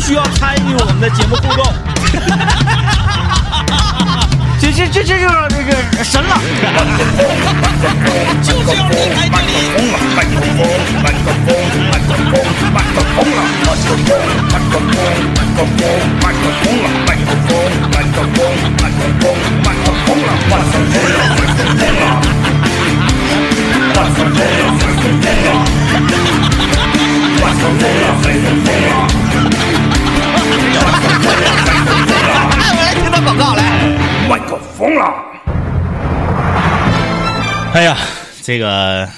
需要参与我们的节目互 动。这这这这就是这个神了。就是要离开这里。哎，我来听段广告来。麦克风了。哎呀，这个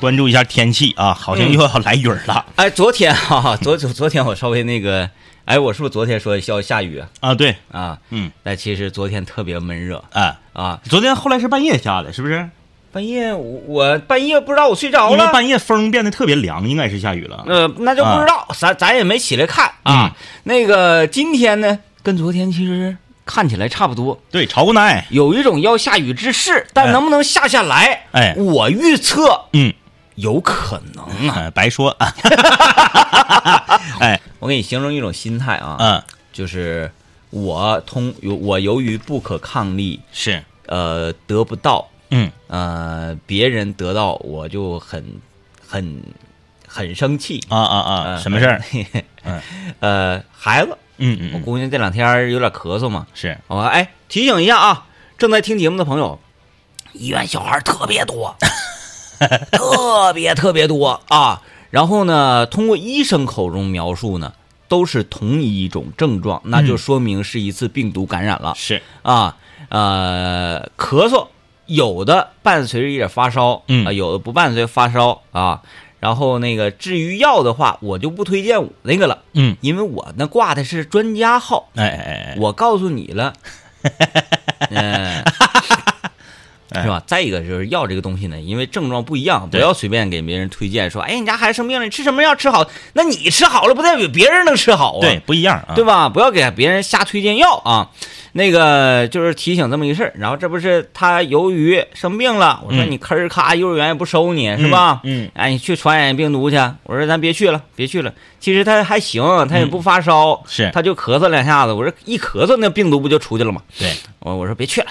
关注一下天气啊，好像又要来雨儿了、哎，昨天哈、哈，昨昨昨天我稍微那个，哎，我是不是昨天说要下雨啊？啊。对，啊，嗯，但其实昨天特别闷热啊，啊，昨天后来是半夜下的，是不是？半夜我我半夜不知道我睡着因为了。半夜风变得特别凉，应该是下雨了。呃，那就不知啊道，咱咱也没起来看嗯啊。那个今天呢，跟昨天其实看起来差不多，对，潮过来，有一种要下雨之势，但哎能不能下下来？哎我预测嗯，有可能。呃白说啊，哎，我给你形容一种心态啊，嗯，就是我通我由于不可抗力，是，呃，得不到，嗯，呃，别人得到我就很很很生气。啊啊啊，呃什么事儿？？很 呃，孩子，嗯我嗯，嗯姑娘这两天儿有点咳嗽嘛，是，我哎提醒一下啊，正在听节目的朋友，医院小孩特别多，特别特别多啊。然后呢，通过医生口中描述呢，都是同一种症状，那就说明是一次病毒感染了、是，啊。呃，咳嗽有的伴随着一点发烧，嗯啊有的不伴随发烧啊。然后那个至于药的话，我就不推荐我那个了，嗯，因为我那挂的是专家号，哎哎哎，我告诉你 了，嗯、是吧？再一个就是药这个东西呢，因为症状不一样，不对要随便给别人推荐说，哎，你家孩子生病了，你吃什么药吃好？那你吃好了，不代表别人能吃好啊，对，不一样啊，对吧？不要给别人瞎推荐药啊。那个就是提醒这么一事儿，然后这不是他由于生病了，我说嗯你吭儿咔，幼儿园也不收你、嗯是吧？嗯哎，你去传染病毒去。我说咱别去了，别去了。其实他还行，他也不发烧，嗯是他就咳嗽两下子。我说一咳嗽，那病毒不就出去了吗？对，我我说别去了。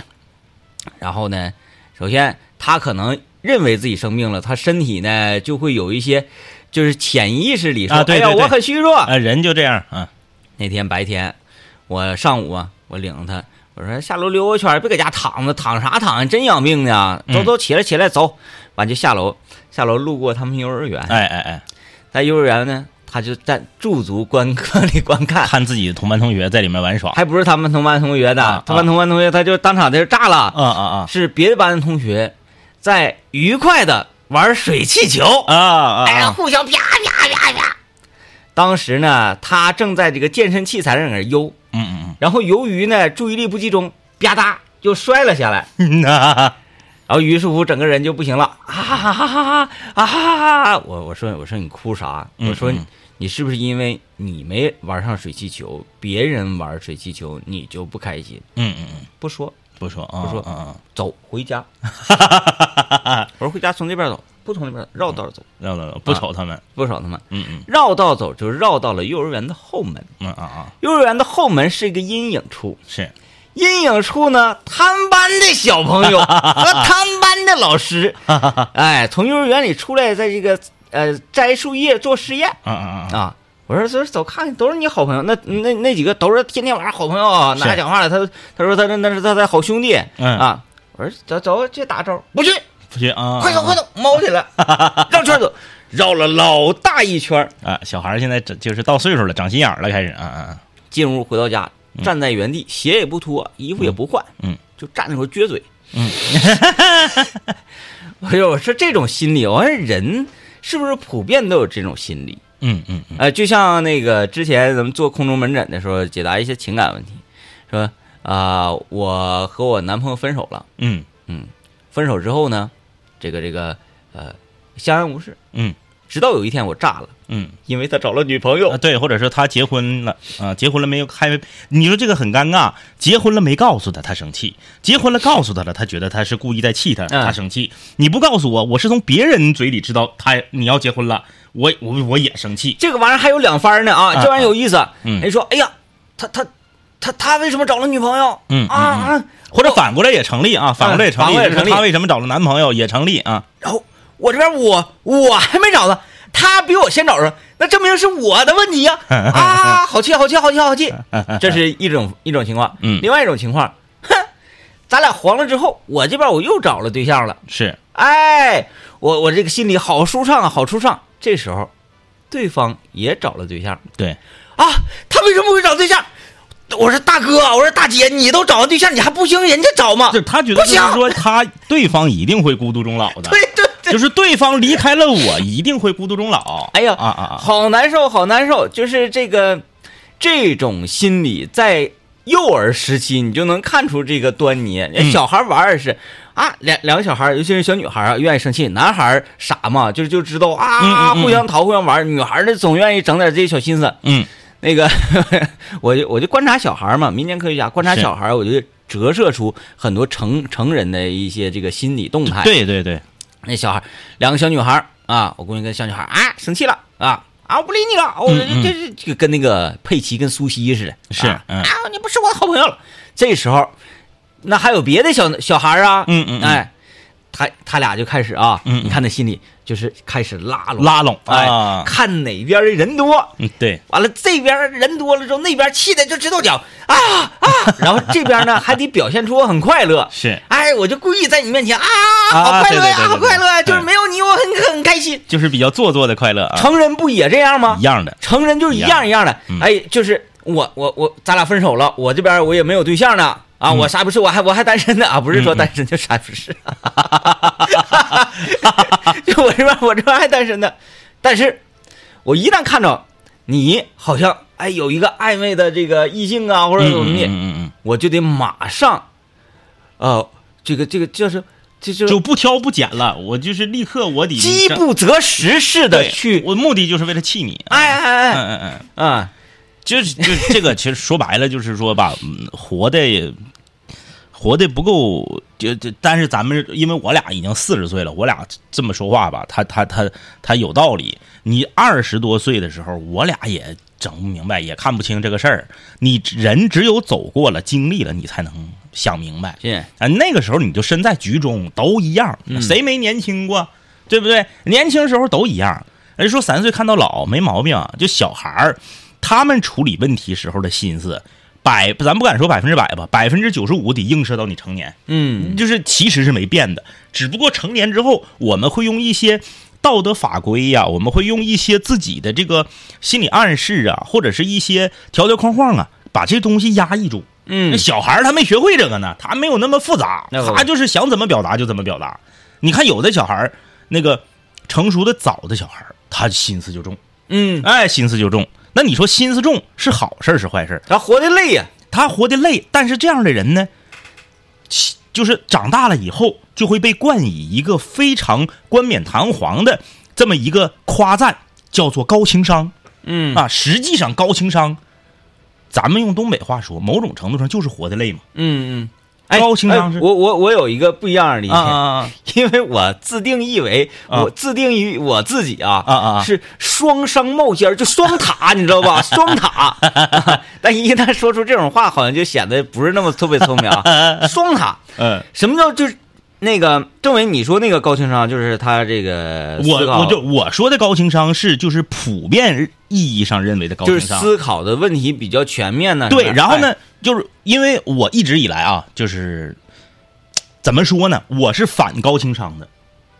然后呢，首先他可能认为自己生病了，他身体呢就会有一些，就是潜意识里说，啊对对哎呀，对我很虚弱。啊，人就这样啊，那天白天，我上午啊，我领着他，我说下楼溜个圈儿，别搁家躺着，躺啥躺呀，真养病呢。走嗯走，起来起来，走。完就下楼，下楼路过他们幼儿园，哎哎哎，在幼儿园呢，他就在驻足观观里观看，看自己的同班同学在里面玩耍，还不是他们同班同学的，啊他们同班同学他就当场就炸了，啊啊是别的班的同学在愉快的玩水气球，啊啊哎呀，啊，互相啪啪啪啪。当时呢，他正在这个健身器材上搁那悠，嗯然后由于呢注意力不集中，吧嗒就摔了下来，嗯，啊，然后于是乎整个人就不行了，啊哈哈哈哈啊哈哈哈！我我说我说你哭啥？嗯我说嗯你是不是因为你没玩上水气球，别人玩水气球你就不开心？ 嗯嗯嗯，不说，不说啊，不说啊，走回家。我说回家从这边走，不从这边走，绕道走。绕绕绕，不瞅他们，不少他们嗯嗯绕道走，就绕到了幼儿园的后门。嗯啊啊，幼儿园的后门是一个阴影处，是，阴影处呢，他们班的小朋 友和他们班的老师，哎，从幼儿园里出来，在这个呃摘树叶做实验啊啊啊，啊。我说走走看看，都是你好朋友，那那那几个都是天天晚上好朋友啊，是哪讲话了？他他说他那那是他的好兄弟嗯啊。我说走走去打招呼，不去，不去啊，快走快走，猫起来，绕圈走，绕了老大一圈儿，啊，小孩儿现在这就是到岁数了，长心眼儿了，开始啊啊，进屋回到家，站在原地，鞋也不脱，衣服也不换，嗯，就站那块儿撅嘴。嗯， 哎呦，我说这种心理，我说人是不是普遍都有这种心理？嗯嗯嗯，呃，就像那个之前咱们做空中门诊的时候，解答一些情感问题，说啊、我和我男朋友分手了，嗯分手之后呢，这个这个呃，相安无事，嗯，直到有一天我炸了，嗯因为他找了女朋友啊，对，或者是他结婚了啊、结婚了没有还没，你说这个很尴尬。结婚了没告诉他，他生气；结婚了告诉他了，他觉得他是故意在气他，嗯他生气。你不告诉我，我是从别人嘴里知道他你要结婚了，我我我也生气。这个玩意儿还有两番呢啊，啊这玩意儿有意思。嗯人说，哎呀，他他他他为什么找了女朋友？嗯嗯啊啊，或者我，反过来也成立啊，反过来也成反立，过来也就是成立他为什么找了男朋友也成立啊？然后我这边我我还没找呢，他比我先找着，那证明是我的问题 呀！啊，好气好气好气好气，啊这是一种一种情况。嗯另外一种情况，哼，咱俩黄了之后，我这边我又找了对象了，是，哎，我我这个心里好舒畅啊，好舒畅。这时候，对方也找了对象。对，啊，他为什么会找对象？我说大哥，我说大姐，你都找完对象，你还不行，人家找 吗？就是他觉得不就是行说他对方一定会孤独终老 的，对对对，就是对方离开了我一定会孤独终老。哎呀啊啊啊！好难受，好难受。就是这个这种心理，在幼儿时期你就能看出这个端倪。嗯小孩玩儿是啊，两两个小孩儿，尤其是小女孩儿啊，愿意生气。男孩儿傻嘛，就是就知道啊，嗯嗯嗯互相淘，互相玩儿。女孩儿呢，总愿意整点这些小心思。嗯那个， 我就我就观察小孩儿嘛，民间科学家观察是小孩儿，我就折射出很多成成人的一些这个心理动态。，对对对，那小孩儿两个小女孩儿啊，我估计跟小女孩儿啊生气了啊啊，我不理你了，我嗯嗯这这这个跟那个佩奇跟苏西似的，是啊嗯啊，你不是我的好朋友了。这时候，那还有别的小小孩儿啊，嗯嗯嗯哎，他他俩就开始啊，嗯嗯你看他心里就是开始拉拢，拉拢哎，啊，看哪边儿人多，嗯对，完了这边人多了之后，那边气的就直跺脚啊啊！ 然后这边呢还得表现出我很快乐，是哎，我就故意在你面前啊，啊好快乐呀，对对对对好快乐呀，就对是没有你我很很开心。就是比较做作的快乐啊，成人不也这样吗一？样的。成人就是一样一样的嗯，哎，就是我我我，咱俩分手了，我这边我也没有对象呢。啊，嗯我啥也不是，我还我还单身呢啊，不是说嗯嗯单身就啥也不是， 就我这边我这边还单身呢，但是我一旦看着你好像哎有一个暧昧的这个异性啊或者嗯怎么嗯的，嗯我就得马上，呃，这个这个就是这就嗯，是就不挑不拣了，我就是立刻我得饥不择食似的对去，我目的就是为了气你。哎哎嗯哎嗯嗯，哎啊，就是就是这个，其实说白了就是说吧，嗯活的活的不够，就就但是咱们因为我俩已经四十岁了，我俩这么说话吧，他他他他有道理。你二十多岁的时候，我俩也整不明白，也看不清这个事儿。你人只有走过了、经历了，你才能想明白。亲，啊，那个时候你就身在局中，都一样，谁没年轻过，对不对？年轻时候都一样。人说三岁看到老没毛病啊，就小孩儿，他们处理问题时候的心思，百咱不敢说百分之百吧，百分之九十五得映射到你成年，嗯。就是其实是没变的，只不过成年之后，我们会用一些道德法规呀、我们会用一些自己的这个心理暗示啊，或者是一些条条框框啊，把这东西压抑住。那嗯，小孩儿他没学会这个呢，他没有那么复杂，那可不他就是想怎么表达就怎么表达。你看有的小孩儿，那个成熟的早的小孩儿，他心思就重，嗯，哎，心思就重。那你说心思重是好事儿是坏事儿？他活得累呀、他活得累，但是这样的人呢，其就是长大了以后就会被冠以一个非常冠冕堂皇的这么一个夸赞，叫做高情商。嗯啊，实际上高情商，咱们用东北话说，某种程度上就是活得累嘛。嗯嗯，高情商是哎我我我有一个不一样的理解，啊因为我自定义为、啊我自定义我自己啊啊啊啊是双商冒尖儿，就双 塔，你知道吧？双塔。 但一旦说出这种话，好像就显得不是那么特别聪明 啊。双塔，嗯，什么叫就是那个政委你说那个高情商，就是他这个我思考我就我说的高情商是就是普遍意义上认为的高就情是商，思哎考的问题比较全面呢。对。是吧然后呢，？就是因为我一直以来啊，就是怎么说呢，我是反高情商的，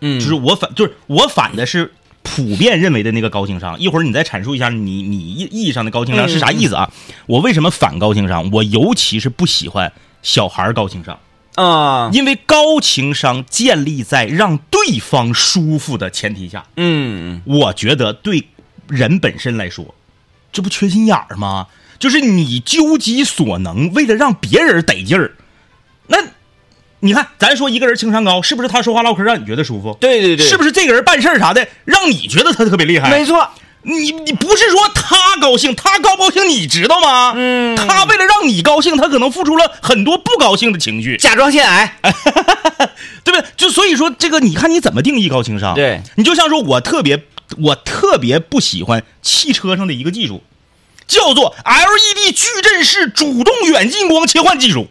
嗯，就是我反就是我反的是普遍认为的那个高情商。一会儿你再阐述一下你你意意义上的高嗯情商是啥意思啊？我为什么反高情商？我尤其是不喜欢小孩儿高情商，啊，因为高情商建立在让对方舒服的前提下。嗯我觉得对人本身来说，这不缺心眼儿吗？就是你究己所能，为了让别人得劲儿，那你看，咱说一个人情商高，是不是他说话唠嗑让你觉得舒服？对对对，是不是这个人办事儿啥的让你觉得他特别厉害？没错，你你不是说他高兴，他高不高兴你知道吗？嗯他为了让你高兴，他可能付出了很多不高兴的情绪，甲状腺癌，对不对？就所以说这个，你看你怎么定义高情商？对，你就像说我特别我特别不喜欢汽车上的一个技术，叫做 LED 矩阵式主动远近光切换技术。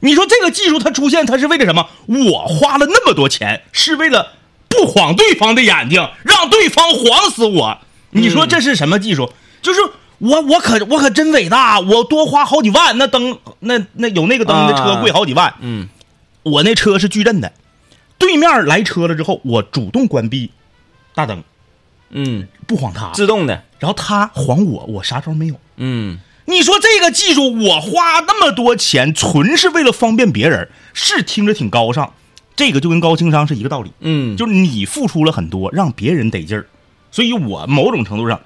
你说这个技术它出现，它是为了什么？我花了那么多钱，是为了不晃对方的眼睛，让对方晃死我。你说这是什么技术？就是我，我可我可真伟大，我多花好几万，那灯那那有那个灯的车啊贵好几万。嗯，我那车是矩阵的，对面来车了之后，我主动关闭大灯，嗯，不晃他，自动的，然后他晃我，我啥招没有。嗯，你说这个技术，我花那么多钱，纯是为了方便别人，是听着挺高尚，这个就跟高情商是一个道理。嗯就是你付出了很多，让别人得劲儿，所以我某种程度上，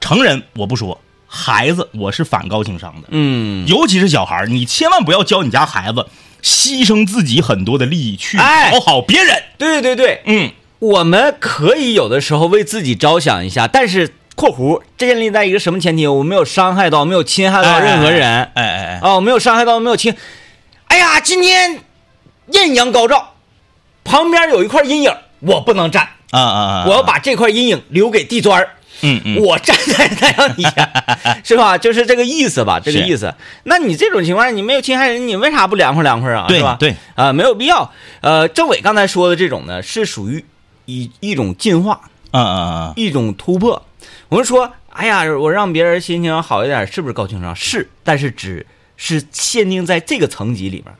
成人我不说，孩子我是反高情商的。嗯，尤其是小孩儿，你千万不要教你家孩子牺牲自己很多的利益去哎讨好别人。对对对，嗯，我们可以有的时候为自己着想一下，但是（括弧）这建立在一个什么前提？我没有伤害到，没有侵害到任何人。哎哎哎，啊，我没有伤害到，没有亲。哎呀，今天艳阳高照，旁边有一块阴影，我不能站，啊啊啊！我要把这块阴影留给地砖儿。嗯嗯，我站在太阳底下，是吧？就是这个意思吧，这个 是意思。那你这种情况下，你没有侵害人，你为啥不凉快凉快啊？对是吧？对啊、没有必要。呃，政委刚才说的这种呢，是属于一一种进化，啊啊一种突破。我们说，哎呀，我让别人心情好一点，是不是高情商？是，但是只是限定在这个层级里面。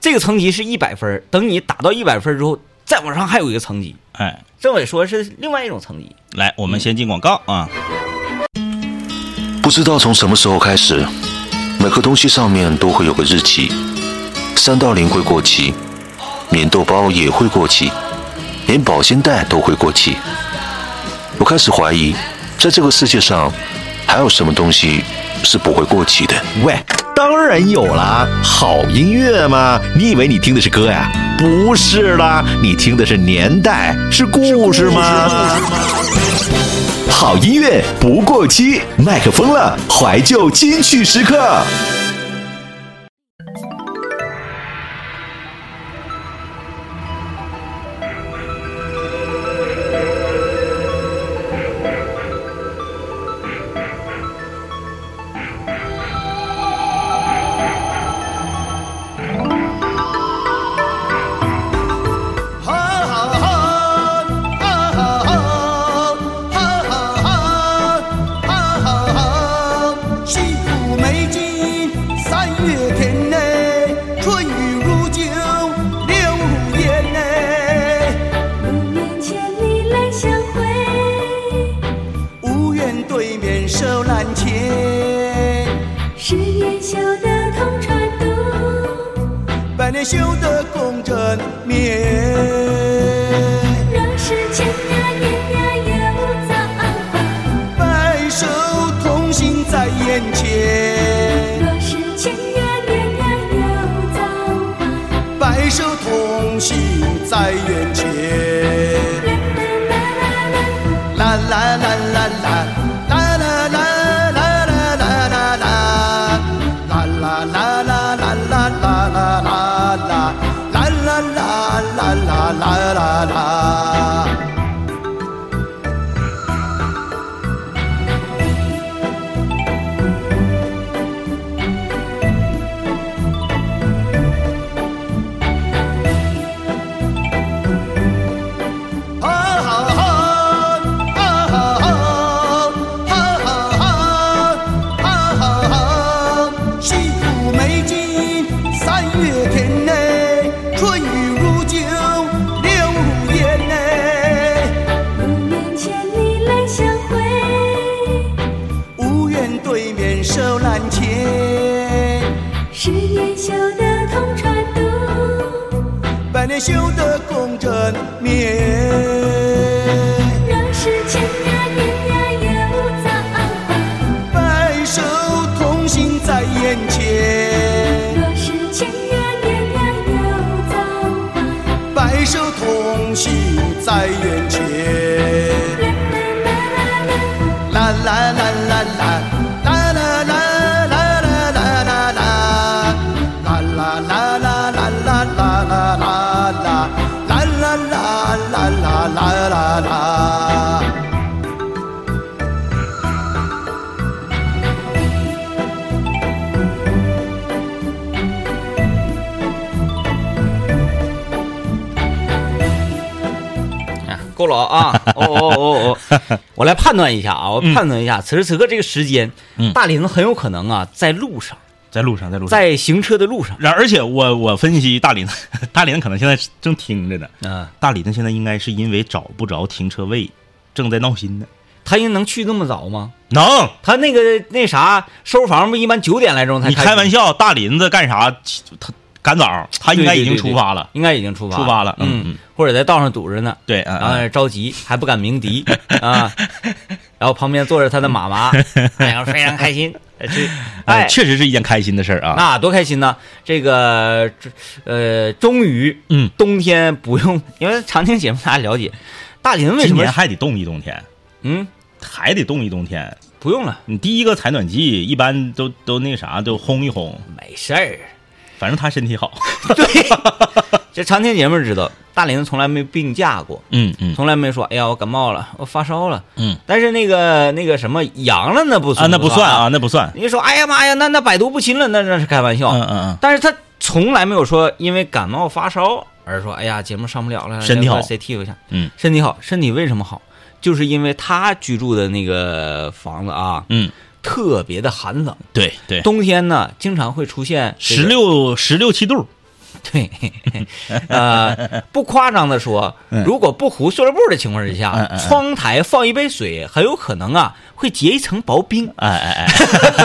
这个层级是一百分儿，等你打到一百分儿之后，再往上还有一个层级。啊！哎，政委说是另外一种层级。来，我们先进广告啊。不知道从什么时候开始，每个东西上面都会有个日期，三道零会过期，棉豆包也会过期，连保鲜袋都会过期。我开始怀疑，在这个世界上，还有什么东西是不会过期的？喂，当然有啦，好音乐嘛！你以为你听的是歌呀？不是啦，你听的是年代，是故事嘛。好音乐不过期，麦克风了，怀旧金曲时刻。幸福美景三月天嘞，春雨如酒流如烟嘞，不远千里来相会，无缘对面手难牵，十年修得同船渡，百年修得共枕眠。若是千呀年呀也无早啊。白首同行在眼前，若是千呀年呀也无早啊。白首同行在眼前。啦啦啦啦啦啦啦啦啦啦啦啦啦啦啦啦啦啦啦啦啦啦啦啦啦啦啦啦啦啦。啊啊啊啊啊啊啊啊！幸福美景三月天嘞，春雨如酒流如烟嘞，不远千里来相会，无缘对面手难牵，十年修得同船渡，百年修得共枕眠。若是千呀年呀也无早啊。白首同行在眼前。若是千呀年呀也无早在眼前。啦啦啦啦啦。啦啦啦啦啦啦啦啦啦啦啦啦啦啦啦啦啦啦啦啦啦啦啦啦啦。啊够了啊！ 哦哦哦哦，我来判断一下啊，我判断一下，此时此刻这个时间，嗯大林很有可能啊在路上，在路上，在路上。在行车的路上，然而且我我分析大林， 大林可能现在正听着呢。嗯，大林现在应该是因为找不着停车位，正在闹心呢。他应能去那么早吗？能，他那个那啥收房不一般九点来钟才你开？开玩，笑，大林子干啥？他赶早，他应该已经出发了。应该已经出发出发了嗯嗯嗯，或者在道上堵着呢，对，然后啊，也着急还不敢鸣笛 啊，然后旁边坐着他的妈妈，哎呀，非常开心，这哎哎，，确实是一件开心的事儿啊。那多开心呢！这个，呃，终于，嗯，冬天不用， 因为常听节目大家了解，大林为什今么年，还得动一动天，嗯，还得动一动天。不用了，你第一个采暖季一般都都那啥，都烘一烘，没事儿。 反正他身体好。这常听节目知道，大林从来没病假过，嗯嗯从来没说，哎呀，我感冒了，我发烧了，嗯但是那个那个什么阳了那不啊，那不算啊，。那不算。你说，哎呀妈呀，那那百毒不侵了，那那是开玩笑。嗯嗯但是他从来没有说因为感冒发烧而说，哎呀，节目上不了了，身体好要不谁替我一下？嗯，身体好，身体为什么好？就是因为他居住的那个房子啊，嗯嗯，特别的寒冷，对对，冬天呢经常会出现这个十六十六七度。 对，呃，不夸张的说，如果不糊俱乐部的情况之下，嗯嗯嗯嗯窗台放一杯水，很有可能啊会结一层薄冰啊、哎哎哎。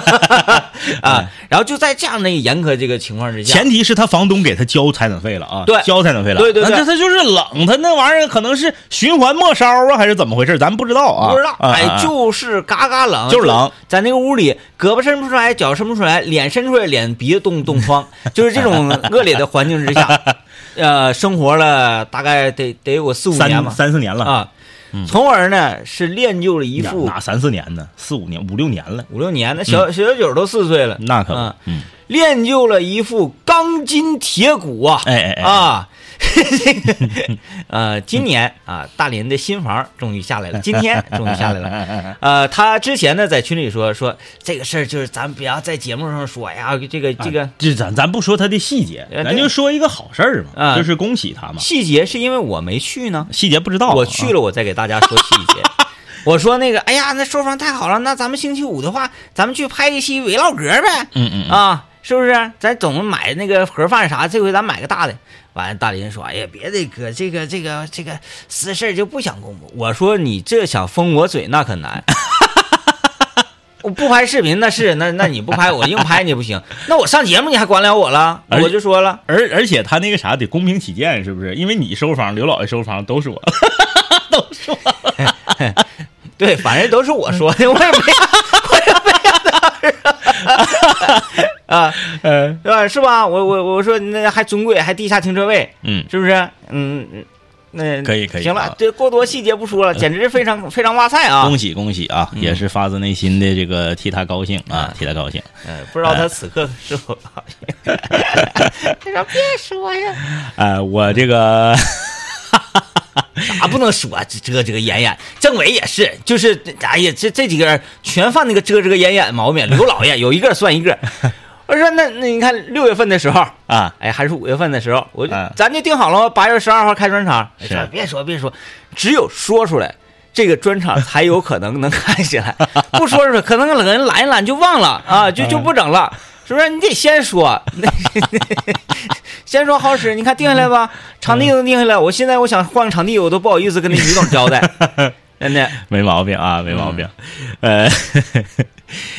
嗯然后就在这样的一个严苛这个情况之下，前提是他房东给他交采暖费了啊，对交采暖费了，对对对那这他就是冷，他那玩意儿可能是循环末梢啊，还是怎么回事？咱不知道啊，不知道，啊啊哎，啊就是嘎嘎冷，就是冷，在那个屋里，胳膊伸不出来，脚伸不出来，脸伸出来，脸鼻子冻冻疮， 就是这种恶劣的环境之 下，呃，生活了大概得得有个四五年三吧，三四年了，嗯啊，从而呢是练就了一哪副哪三四年呢？四五年、五六年了，五六年的小小小九都四岁了，嗯那可啊不，嗯，练就了一副钢筋铁骨啊，哎哎哎啊。 这个呃，今年啊，大林的新房终于下来 了，今天终于下来了。呃，他之前呢在群里说说这个事儿，就是咱不要在节目上说哎呀，这个这个啊这咱咱不说他的细节，呃对咱就说一个好事儿啊嘛，就是恭喜他嘛。细节，是因为我没去呢，细节不知道，啊我去了，了我再给大家说细 节。我说那个，哎呀，那收房太好了，那咱们星期五的话，咱们去拍一期 vlog 呗，嗯嗯，嗯啊，是不是？咱总买那个盒饭啥，这回咱买个大的。完，大林说：“哎呀，别的哥，这个这个这个私事儿就不想公布。”我说：“你这想封我嘴，那可 难。我不拍视频那是，那那你不拍我硬拍你不行，那我上节目你还管了我了？而且我就说了， 而而且他那个啥得公平起见，是不是？因为你收房，刘老爷收房都是我，对，反正都是我说的，我也没，我也没当啊，嗯是吧？是吧？我我我说那还尊贵，还地下停车位， 嗯，是不是？嗯，嗯那可以可以行了啊，嗯这过多细节不说了，简直是非常非常哇塞啊！恭喜恭喜啊，也是发自内心的这个替他高兴啊啊，替他高兴。呃不知道他哎此刻是否高兴？他说别说呀，呃，我这个 啥不能说啊？这遮遮掩掩，政委也是，就是哎呀，这这几个人全犯那个遮遮掩掩毛病。刘老爷有一个算一个。我说那那你看六月份的时候，啊，哎，还是五月份的时候，我就、嗯咱就定好了吗？哦八月十二号开专场。哎是说别说别说，只有说出来，这个专场才有可能能看起来。不说出来，可能有人懒一懒就忘了啊，就就不整了，是不是？你得先说， 那先说好使。你看定下来吧，场地都定下来。我现在我想换个场地，我都不好意思跟那于总交 代。真的，没毛病啊，没毛病。嗯呃，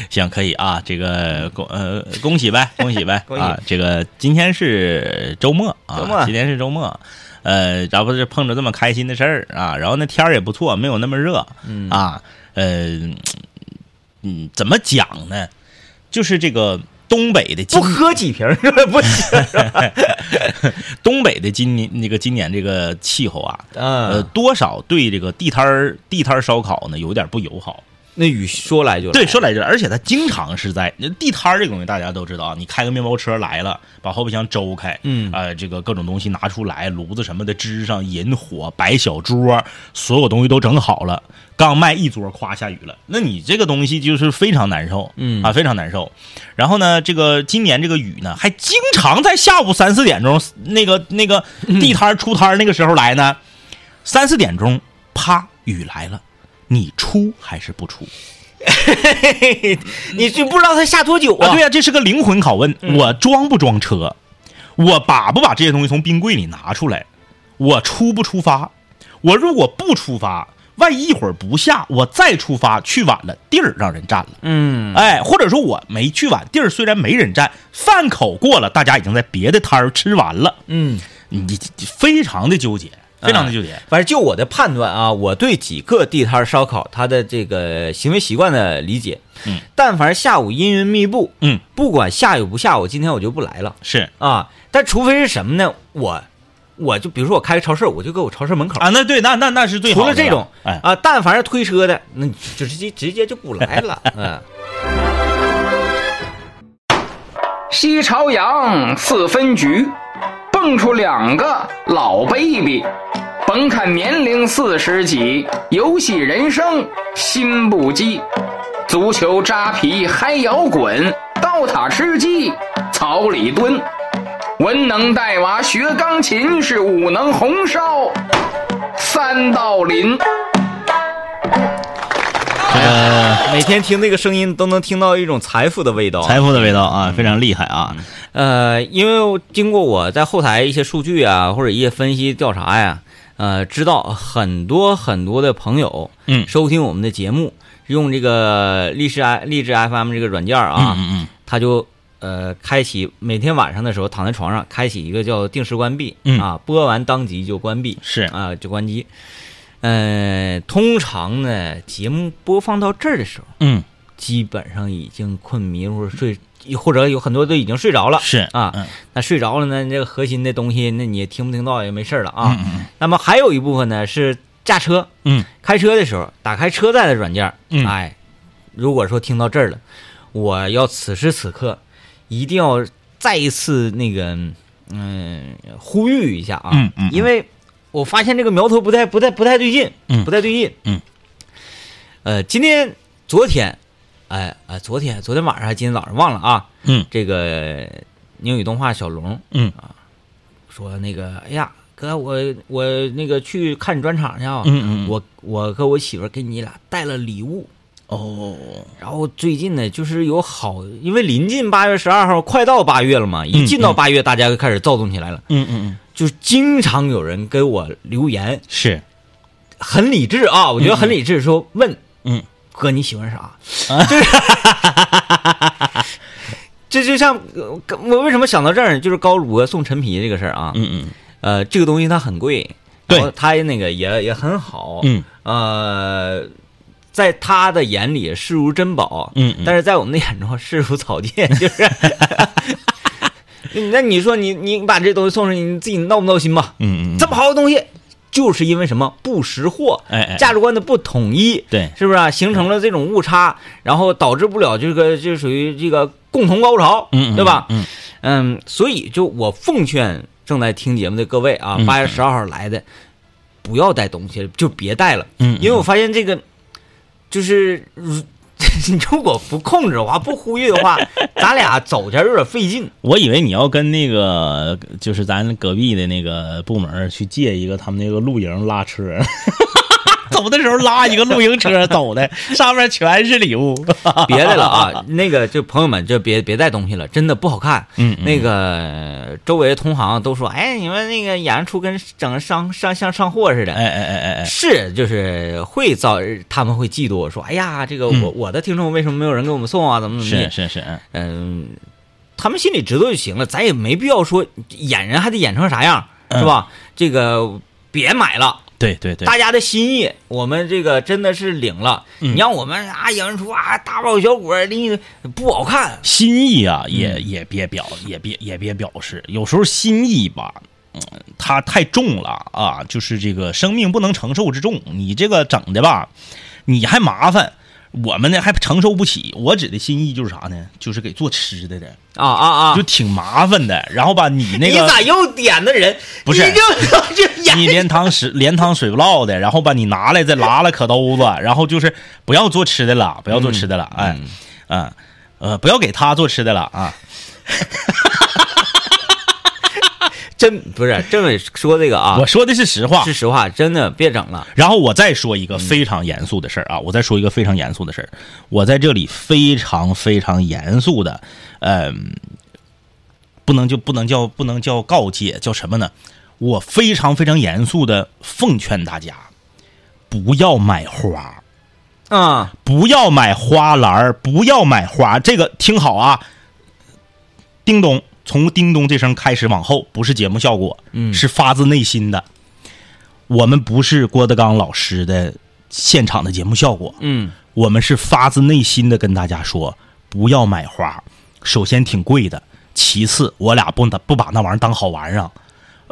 行，可以啊，这个恭呃恭喜 呗，恭喜呗恭喜啊！这个今天是周末啊，周末今天是周末。呃，然后是碰着这么开心的事儿啊，然后那天儿也不错，没有那么热，嗯啊，呃，嗯，怎么讲呢？就是这个东北的不今 喝几瓶是不是不行，是吧东北的今年那个今年这个气候啊，呃，嗯，多少对这个地摊儿地摊儿烧烤呢有点不友好。那雨说来就来，对，说来着，而且它经常是在地摊儿这个东西，大家都知道啊，你开个面包车来了，把后备箱周开，嗯啊、这个各种东西拿出来，炉子什么的支上，引火，摆小桌，所有东西都整好了，刚卖一桌，夸下雨了，那你这个东西就是非常难受，嗯啊，非常难受。然后呢，这个今年这个雨呢，还经常在下午三四点钟，那个那个地摊儿出摊儿那个时候来呢，三四点钟，啪，雨来了，你出还是不出？你就不知道他下多久啊，啊？对呀、这是个灵魂拷问。嗯我装不装车？我把不把这些东西从冰柜里拿出来？我出不出发？我如果不出发，万一一会儿不下，我再出发去晚了，地儿让人占了。嗯，哎，或者说我没去晚，地儿虽然没人占，饭口过了，大家已经在别的摊儿吃完了。嗯，你你非常的纠结，非常的纠结。啊反正就我的判断啊，我对几个地摊烧烤它的这个行为习惯的理解，嗯，但凡下午阴云密布，嗯，不管下雨不下午，今天我就不来了是啊。但除非是什么呢？我我就比如说我开个超市，我就搁我超市门口。啊，那对，那那那是最好除的了了。这种，哎，啊，但凡是推车的，那你就直接直接就不来 了。嗯，西朝阳四分局，蹦出两个老 baby，甭看年龄四十几，游戏人生心不羁，足球扎皮嗨摇滚，刀塔吃鸡草里蹲，文能带娃学钢琴，是武能红烧三道林。这个。每天听这个声音都能听到一种财富的味道啊。财富的味道啊，非常厉害啊！呃，因为我经过我在后台一些数据啊，或者一些分析调查呀，呃，知道很多很多的朋友，嗯收听我们的节目，用这个荔枝 I 荔枝 FM 这个软件啊，嗯他就呃开启每天晚上的时候躺在床上开启一个叫定时关闭，嗯啊，播完当即就关闭，是啊、就关机。呃，通常呢，节目播放到这儿的时候，嗯基本上已经困迷或者睡，或者有很多都已经睡着了，嗯，是啊嗯那睡着了呢，这个核心的东西，那你也听不听到也没事儿了啊。嗯嗯那么还有一部分呢是驾车，嗯，开车的时候打开车载的软件，嗯哎，如果说听到这儿了，我要此时此刻一定要再一次那个嗯呼吁一下啊，嗯嗯嗯因为我发现这个苗头不太不太不太对劲，嗯不太对劲，嗯，呃，今天昨天，哎哎，昨天昨天晚上还今天早上忘了啊，嗯这个英语动画小龙，嗯说那个，哎呀，哥，我我那个去看你专场去啊，嗯嗯嗯我我和我媳妇儿给你俩带了礼物。哦，然后最近呢，就是有好，因为临近八月十二号，快到八月了嘛，一进到八月，大家就开始躁动起来了，嗯嗯嗯，就是经常有人给我留言，是，很理智啊，我觉得很理智，说问嗯啊哥你喜欢啥？ 就是，这就像呃我为什么想到这儿呢，就是高主播送陈皮这个事儿啊，嗯嗯呃，这个东西它很贵，对然后它那个也也很好，嗯，呃，在他的眼里视如珍宝，嗯嗯但是在我们的眼中视如草芥，就是。 那你说你你把这东西送上去，你自己闹不闹心吧？嗯嗯，这么好的东西，就是因为什么不识货，哎哎价值观的不统一，对是不是啊？形成了这种误差，然后导致不了这个，就属于这个共同高潮，嗯嗯对吧？嗯嗯所以就我奉劝正在听节目的各位啊，嗯八月十二号来的，不要带东西了，就别带了，嗯嗯因为我发现这个就是。如 你如果不控制的话，不呼吁的话，咱俩走起来有点费 劲。我以为你要跟那个就是咱隔壁的那个部门去借一个他们那个露营拉车。 走的时候拉一个露营车走的，上面全是礼物。别的了啊，那个就朋友们就别别带东西了，真的不好看。嗯嗯那个周围同行都说，哎，你们那个演出跟整个上上像上货似的。哎哎哎哎哎，是，就是会造，他们会嫉妒我说，哎呀，这个我、嗯我的听众为什么没有人给我们送啊？怎么怎么是地？是是，嗯嗯，他们心里知道就行了，咱也没必要说演人还得演成啥样，是吧？这个别买了，对嗯对对，大家的心意，我们这个真的是领了。嗯你让我们啊，有人说啊，大包小裹拎不好看，心意啊，也也别表，也别也别表示。有时候心意吧，嗯，它太重了啊，就是这个生命不能承受之重。你这个整的吧，你还麻烦，我们呢还承受不起。我指的心意就是啥呢？就是给做吃的的，啊啊啊！就挺麻烦的。然后吧，你那个你咋又点的人？不是你就 就你演连汤水连汤水不落的，然后把你拿来再拉拉可兜子，然后就是不要做吃的了，不要做吃的了，哎，嗯呃，不要给他做吃的了啊，真不是政委说这个啊我，说的是实话是，实话，真的别整了。然后我再说一个非常严肃的事儿啊，我再说一个非常严肃的事儿，我在这里非常非常严肃的，嗯、不能就不能叫不能叫告诫，叫什么呢？我非常非常严肃的奉劝大家，不要买花，啊不要买花篮儿，不要买花。这个听好啊，叮咚，从叮咚这声开始往后，不是节目效果，嗯是发自内心的。我们不是郭德纲老师的现场的节目效果，嗯我们是发自内心的跟大家说，不要买花。首先挺贵的，其次我俩不拿不把那玩意儿当好玩意儿啊。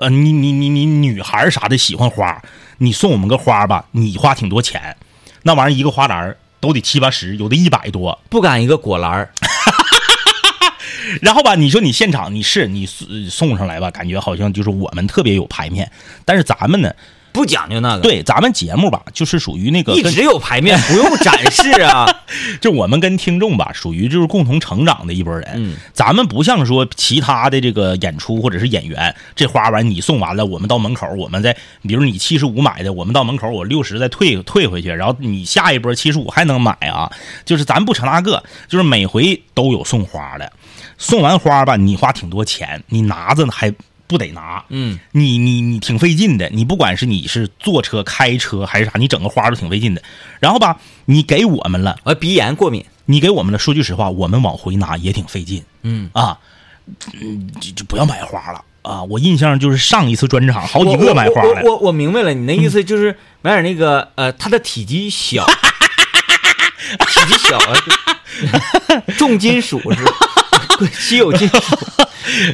呃，你你你你女孩儿啥的喜欢花，你送我们个花吧，你花挺多钱，那玩意儿一个花篮儿都得七八十，有的一百多。不敢一个果篮儿，然后吧，你说你现场你是你送送上来吧，感觉好像就是我们特别有排面，但是咱们呢，不讲究那个。，对咱们节目吧，就是属于那个一跟直有排 面，不用展示啊。就我们跟听众吧，属于就是共同成长的一拨人。嗯，咱们不像说其他的这个演出或者是演员，这花完你送完了，我们到门口，我们再比如你七十五买的，我们到门口我六十再退退回去，然后你下一波七十五还能买啊。就是咱不成那个，就是每回都有送花的，送完花吧，你花挺多钱，你拿着还。不得拿，嗯，你你你挺费劲的，你不管是你是坐车、开车还是啥，你整个花都挺费劲的。然后吧，你给我们了，我呃鼻炎过敏。你给我们的，说句实话，我们往回拿也挺费劲。嗯啊，嗯，就就不要买花了啊！我印象就是上一次专场，好几个哦买花嗯我的我，我我明白了，你那意思就是买点那个呃，它的体积小， 体积小啊，就重金属是吧？ 稀有金属。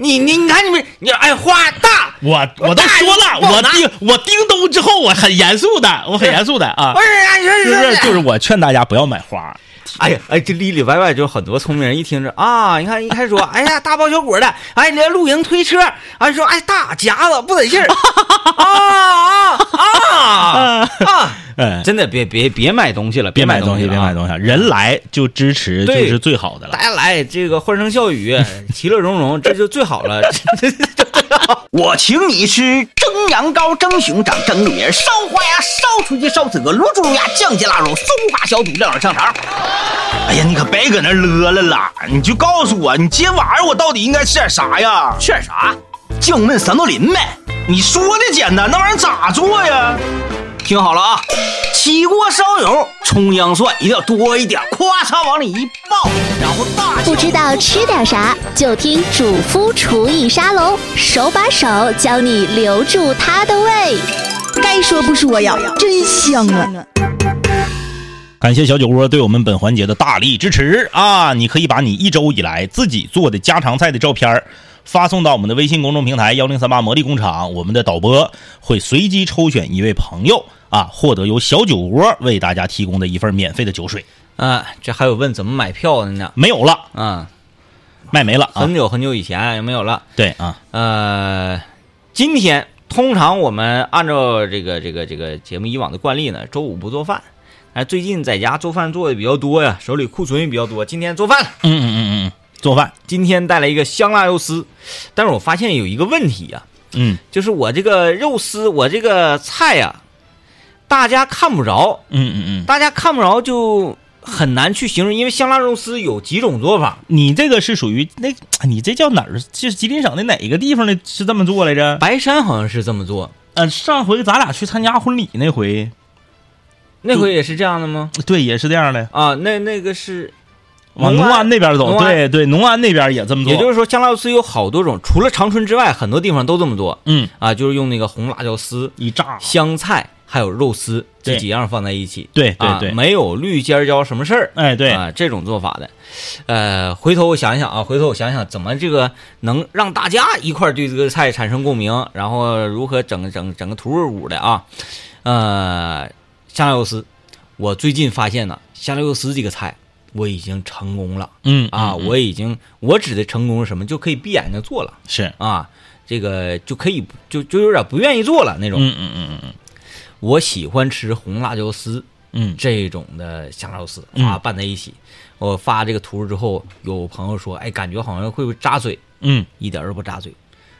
你你你看你们，你哎花大，我我都说了，我我拿叮我叮咚之后，我很严肃的，我很严肃的啊不，是啊，你就说是就是我劝大家不要买花，哎呀，哎，这里里外外就很多聪明人，一听着啊，你看一开始说，哎呀，大包小裹的，哎，连露营推车，哎说，哎大夹子不得劲儿，啊啊啊啊！嗯真的别别别买东西了，别买买东西，西，别买东西西，啊人来就支持，对就是最好的了。了大。家来这个欢声笑语，其乐融融，这就最好了。 我请你吃蒸羊羔、蒸熊掌、蒸鹿眼、烧花鸭、烧雏鸡、烧子鹅、卤猪卤鸭、酱鸡腊肉、松花小肚、料酒香肠。哎呀，你可别搁那乐了啦！你就告诉我，你今天晚上我到底应该吃点啥呀？吃点啥？酱焖三豆林呗。你说的简单，那玩意儿咋做呀？听好了啊，起锅烧油，葱姜蒜一定要多一点，咵嚓往里一爆，然后大不知道吃点啥，就听主夫厨艺沙龙，手把手教你留住它的胃。该说不说呀，真香啊！感谢小酒窝对我们本环节的大力支持啊！你可以把你一周以来自己做的家常菜的照片儿发送到我们的微信公众平台幺零三八魔力工厂，我们的导播会随机抽选一位朋友啊，获得由小酒窝为大家提供的一份免费的酒水。啊，这还有问怎么买票的呢？没有了，啊，卖没了啊很！久很久以前没有了。对啊，呃，今天通常我们按照这个这个这个节目以往的惯例呢，周五不做饭。哎，最近在家做饭做的比较多呀，手里库存也比较多。今天做饭了， 嗯嗯嗯嗯嗯，做饭，今天带来一个香辣肉丝，但是我发现有一个问题呀、嗯就是我这个肉丝，我这个菜呀、大家看不着，嗯嗯嗯，大家看不着就很难去形容，因为香辣肉丝有几种做法，你这个是属于那，啊你这叫哪儿？这是吉林省的哪个地方的？是这么做来着？白山好像是这么做，呃，上回咱俩去参加婚礼那回，那回也是这样的吗？对，也是这样的。啊，那那个是往农安那边走，农安对对，农安那边也这么做，也就是说，香辣肉丝有好多种，除了长春之外，很多地方都这么做。嗯，啊，就是用那个红辣椒丝、一炸，香菜还有肉丝这啊对几样放在一起。对对啊对没有绿尖椒什么事儿。哎对啊，这种做法的，呃，回头我想一想啊，回头我想想怎么这个能让大家一块儿对这个菜产生共鸣，然后如何整整整个土味舞的啊，呃，香辣肉丝，我最近发现呢，香辣肉丝这个菜我已经成功了。嗯啊，嗯我已经我指的成功是什么，就可以闭眼睛做了是，啊，这个就可以就就有点不愿意做了那种。嗯嗯嗯嗯我喜欢吃红辣椒丝嗯，这种的香辣肉丝，嗯啊，拌在一起。我发这个图之后，有朋友说，哎，感觉好像会不会扎嘴？嗯一点儿都不扎嘴，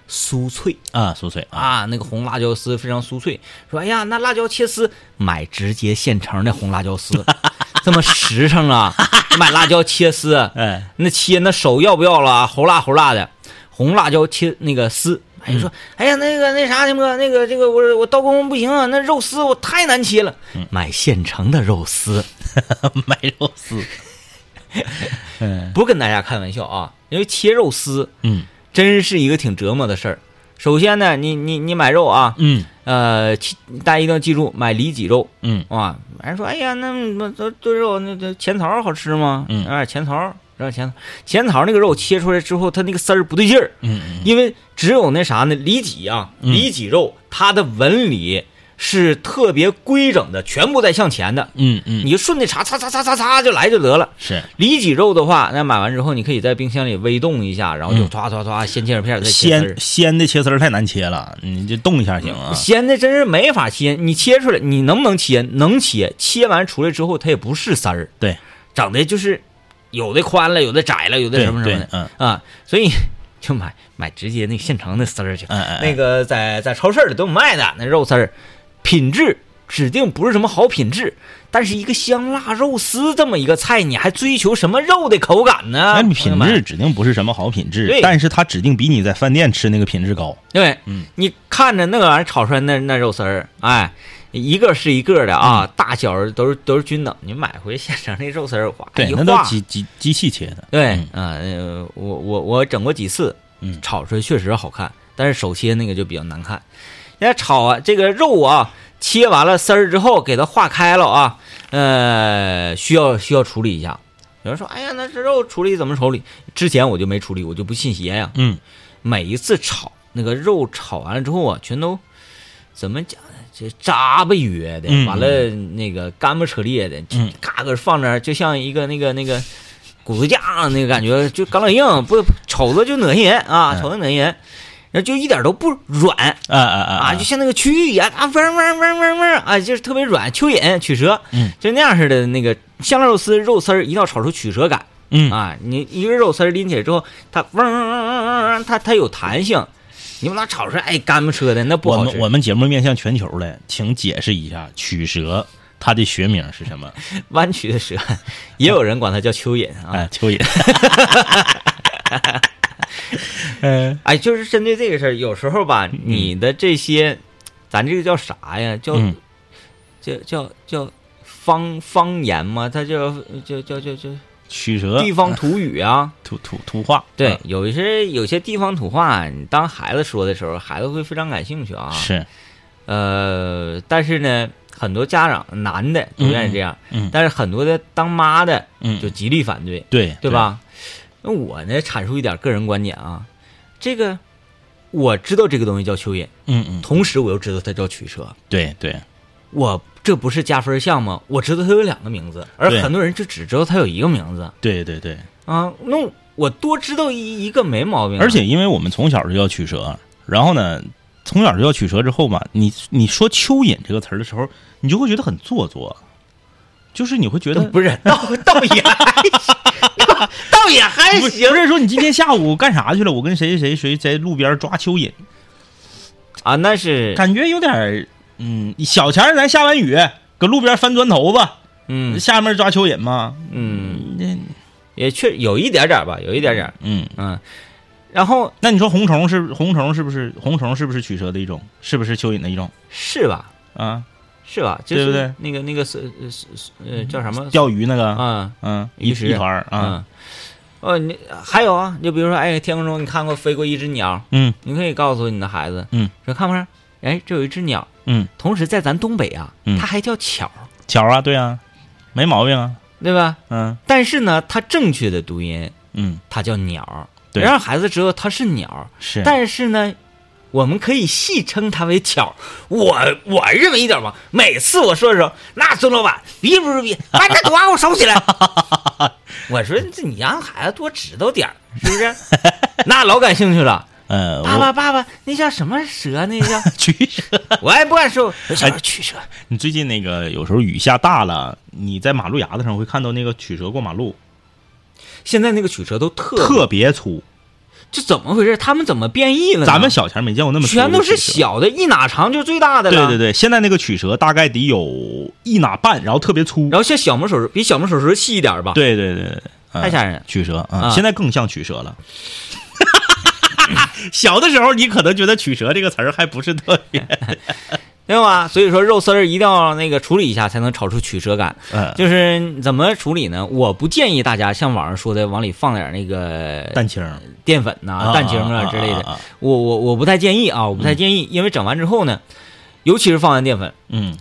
酥脆啊，酥脆啊， 啊，那个红辣椒丝非常酥脆。说，哎呀，那辣椒切丝，买直接现成的红辣椒丝，这么实诚啊！买辣椒切丝，啊哎，那切那手要不要了啊？齁辣齁辣的，红辣椒切那个丝。哎，你说，哎呀，那个那啥，什么那个这个我我刀工不行啊，那肉丝我太难切了，买现成的肉丝，买肉丝，不跟大家开玩笑啊，因为切肉丝嗯真是一个挺折磨的事儿。首先呢，你你你买肉啊，嗯呃，切大家一定要记住买里脊肉，嗯啊，完人说，哎呀，那那都炖肉那那潜槽好吃吗？嗯啊，潜槽，然后潜槽，潜槽那个肉切出来之后，它那个丝儿不对劲儿，嗯嗯，因为只有那啥呢，里脊啊，嗯里脊肉它的纹理是特别规整的，全部在向前的，嗯嗯，你就顺着查擦擦擦擦擦就来就得了。是里脊肉的话，那买完之后，你可以在冰箱里微冻一下，然后就嗯唰唰唰先切成片儿，再切丝儿嗯鲜鲜的切丝儿太难切了，你就动一下行啊，鲜的真是没法切，你切出来，你能不能切？能切，切完出来之后，它也不是丝儿，对，整的就是有的宽了，有的窄了，有的对什么什么对的，嗯啊，所以 就买买直接那现成的丝儿去。嗯嗯，那个在在超市里都有卖的那肉丝儿，品质指定不是什么好品质，但是一个香辣肉丝这么一个菜，你还追求什么肉的口感呢？那哎你品朋友质们指定不是什么好品质对，但是它指定比你在饭店吃那个品质高。对，嗯你看着那玩意儿炒出来那那肉丝儿，哎，一个是一个的嗯啊，大小儿都是都是均等。你买回现成那肉丝儿，哗对一，那都化，机机机器切的。对嗯，啊、呃，我我我整过几次，嗯炒出来确实好看，但是手切那个就比较难看。人家炒啊，这个肉啊，切完了丝儿之后，给它化开了啊，呃，需要需要处理一下。有人说，哎呀，那这肉处理怎么处理？之前我就没处理，我就不信邪呀、嗯每一次炒那个肉炒完了之后啊，全都怎么讲呢？这渣巴约的，嗯完了那个干巴扯裂的，嗯嘎搁放那儿，就像一个那个那个骨头架那个感觉，就干老硬，不瞅着就恶心人啊，嗯瞅着恶心人，然后就一点都不软啊啊啊啊，就像那个蛐蛐一样啊，嗡嗡嗡嗡嗡啊，就是特别软，蚯蚓、曲蛇，嗯就那样似的。那个香辣肉丝肉丝儿一定要炒出曲蛇感，嗯啊，你一个肉丝儿拎起来之后，它嗡嗡嗡嗡嗡嗡，它它有弹性，你把它炒出来，哎，干巴车的那不我好吃们。我们节目面向全球的，请解释一下曲蛇它的学名是 什么？弯曲的蛇， 也有人管它叫蚯蚓啊，哎， 蚯蚓。嗯哎，就是针对这个事儿，有时候吧，你的这些，咱这个叫啥呀？叫嗯叫叫叫方方言吗？它叫叫叫叫叫曲蛇地方土语啊。图图图画对，有一些有些地方土话，你当孩子说的时候，孩子会非常感兴趣啊。嗯。是呃，但是呢，很多家长男的都愿意这样，嗯嗯嗯但是很多的当妈的嗯就极力反对，对对？吧？那我呢，阐述一点个人观点啊，这个我知道这个东西叫蚯蚓，嗯嗯同时我又知道它叫曲蛇，对对我这不是加分项吗？我知道它有两个名字，而对很多人就只知道它有一个名字对对对，啊，那我多知道一一个没毛病啊、而且因为我们从小就要曲蛇，然后呢，从小就要曲蛇之后吧，你你说蚯蚓这个词儿的时候，你就会觉得很做作，就是你会觉得呃不是， 倒倒也还 行，倒也还不是行不是说你今天下午干啥去了？我跟谁谁谁谁在路边抓蚯蚓，啊，那是感觉有点儿嗯，小前儿咱下完雨搁路边翻砖头子，嗯下面抓蚯蚓吗？嗯，那也确有一点点儿吧，有一点点儿，嗯，嗯，然后那你说红虫是红虫是不是红虫是不是曲蛇的一种？是不是蚯蚓的一种是吧？啊？是吧？就是对不对那个那个是呃是是呃叫什么？钓鱼那个，嗯嗯，一鱼一食团儿啊，嗯。哦，你还有啊？你就比如说，哎，天空中你看过飞过一只鸟，嗯你可以告诉你的孩子，嗯，说看不看？哎，这有一只鸟，嗯，同时在咱东北啊，嗯它还叫巧，巧啊，对啊，没毛病啊，对吧？嗯但是呢，它正确的读音嗯，它叫鸟，对让孩子知道它是鸟。是，但是呢，我们可以戏称它为巧。我我认为一点吧，每次我说的时候，那孙老板逼不是逼，把这朵给我收起 来。我说这你让孩子多知道点儿是不 是？那老感兴趣了。呃，爸我爸，爸爸，那叫什么蛇？那叫去蛇，我也不敢说，哎我小时候驱蛇。你最近那个有时候雨下大了，你在马路牙子上会看到那个曲蛇过马路，现在那个曲蛇都特特别粗，这怎么回事？他们怎么变异了呢？咱们小前没见过那么粗的啊全都是曲蛇。小的，一哪长就是最大的对了。对对，现在那个曲蛇大概得有一哪半，然后特别粗。然后像小拇手比小拇手指细一点吧。，对对对对，嗯太吓人曲蛇啊，啊现在更像曲蛇 了。小的时候，你可能觉得“曲蛇”这个词儿还不是特 别，对吧？所以说肉丝儿一定要那个处理一下，才能炒出曲折感。嗯，就是怎么处理呢？我不建议大家像网上说的，往里放点那个蛋清儿淀粉呐、啊蛋清啊之类啊啊啊的啊。我我我不太建议啊，我不太建议，因为整完之后呢，尤其是放完淀粉，嗯，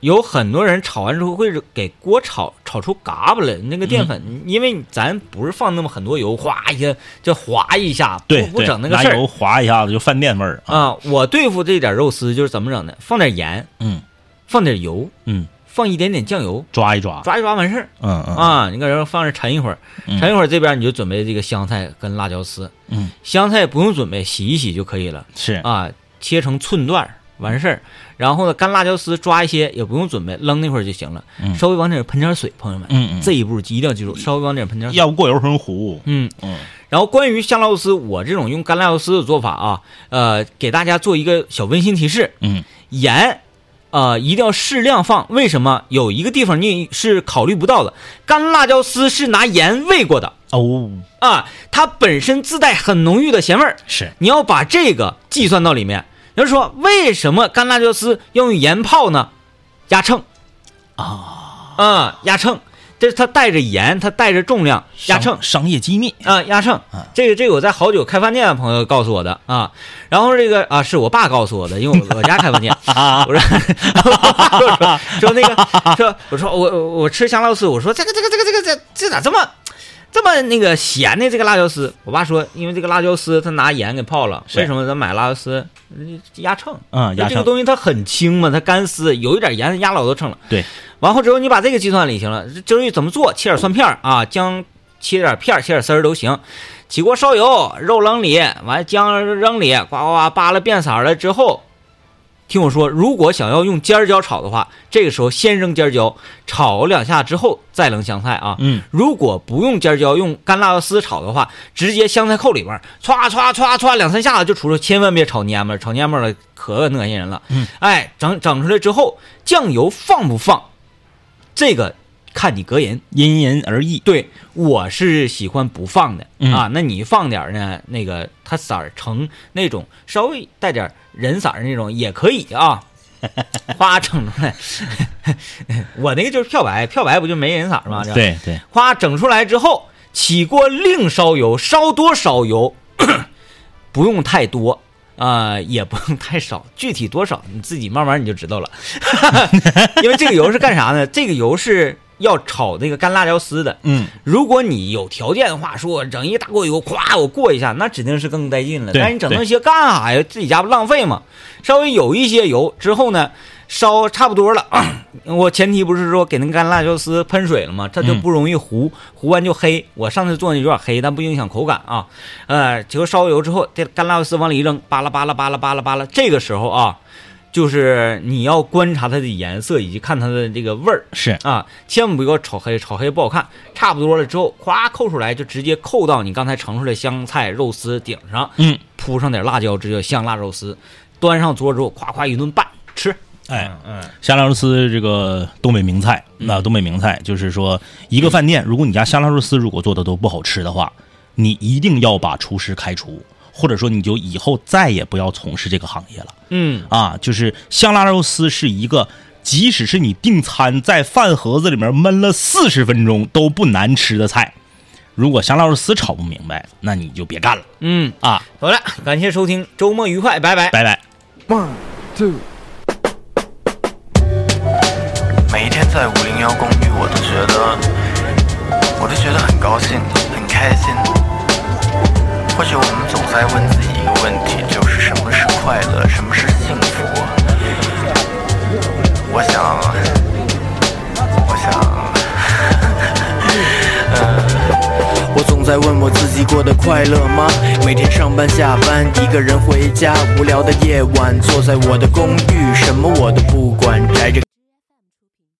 有很多人炒完之后会给锅炒炒出嘎巴来，那个淀粉，因为咱不是放那么很多油，哗一下就滑一下，对，不不对整那个拿事儿油滑一下子就饭店味儿啊，啊、我对付这点肉丝就是怎么整的，放点盐，嗯放点油，嗯，放一点点酱油，抓一抓，抓一抓完事儿嗯嗯啊。你搁这放着沉一会儿，嗯沉一会儿这边你就准备这个香菜跟辣椒丝，嗯，香菜不用准备，洗一洗就可以了是，啊，切成寸段儿完事儿。然后呢，干辣椒丝抓一些也不用准备，扔那会儿就行了，嗯稍微往里喷点水，朋友们，嗯嗯这一步一定要记住，稍微往里喷点水。要不过油很糊，嗯，嗯然后关于香辣肉丝，我这种用干辣肉丝的做法啊，呃，给大家做一个小温馨提示，嗯盐，呃，一定要适量放。为什么？有一个地方你是考虑不到的，干辣椒丝是拿盐煨过的哦啊，它本身自带很浓郁的咸味儿，是，你要把这个计算到里面。有人说，为什么干辣椒丝要用盐泡呢？压秤啊，嗯，压秤，这是它带着盐，它带着重量，压秤商。商业机密，啊，压秤，这个这个我在好久开饭店的朋友告诉我的啊，然后这个啊是我爸告诉我的，因为我我家开饭 店，啊我说说说说那个说我说我我我吃香辣肉丝，我说这个这个这个这个这这咋这么这么那个咸呢？这个辣椒丝，我爸说因为这个辣椒丝他拿盐给泡了，是为什么咱买辣椒丝嗯压秤？嗯这压个秤东西它很轻嘛，它干丝，有一点盐压老多秤了。对，完后之后你把这个计算里行了，至于怎么做，切点蒜片儿啊，姜切点片儿，切点丝儿都行。起锅烧油，肉扔里，完姜扔里，呱呱呱扒拉变色儿了之后，听我说，如果想要用尖儿椒炒的话，这个时候先扔尖儿椒，炒两下之后再扔香菜啊。嗯，如果不用尖儿椒，用干辣椒丝炒的话，直接香菜扣里边儿，歘歘歘歘两三下子就出来，千万别炒蔫巴，炒蔫巴了可恶心人了。嗯，哎，整整出来之后，酱油放不放，这个看你个人。因人而异，对，我是喜欢不放的、嗯啊。那你放点儿呢？那个它色儿成那种稍微带点儿人色儿那种也可以啊。花整出来， 我那个就是漂白，漂白不就没人色儿吗？这对对，花整出来之后，起锅另烧油，烧多少油不用太多。啊、也不用太少，具体多少你自己慢慢你就知道了。 因为这个油是干啥呢？这个油是要炒那个干辣椒丝的。嗯，如果你有条件的话，说整一大锅油，咵我过一下，那指定是更带劲了。对但是你整那些干啥呀？自己家不浪费吗？稍微有一些油之后呢，烧差不多了。我前提不是说给那个干辣椒丝喷水了吗？它就不容易糊，糊完就黑。我上次做那有点黑，但不影响口感啊。呃，结果烧油之后，这干辣椒丝往里一扔，扒拉扒拉扒拉扒拉扒拉，这个时候啊。就是你要观察它的颜色，以及看它的这个味儿，是，啊，千万不要炒黑，炒黑不好看。差不多了之后，咵扣出来，就直接扣到你刚才盛出来香菜肉丝顶上，嗯，铺上点辣椒，这叫香辣肉丝。端上桌之后，夸夸一顿拌吃。哎，嗯，香辣肉丝这个东北名菜，那东北名菜就是说，一个饭店，嗯如果你家香辣肉丝如果做的都不好吃的话，你一定要把厨师开除，或者说你就以后再也不要从事这个行业了。嗯，啊，就是香辣肉丝是一个即使是你订餐在饭盒子里面焖了四十分钟都不难吃的菜，如果香辣肉丝炒不明白，那你就别干了嗯，啊！好了，感谢收听，周末愉快，拜拜。拜拜。每一天在五零幺公寓，我都觉得，我都觉得很高兴，很开心。或许我们总在问自己一个问题，就是什么是快乐，什么是幸福？我想，我想。 呃我总在问我自己过得快乐吗？每天上班下班，一个人回家，无聊的夜晚，坐在我的公寓，什么我都不管。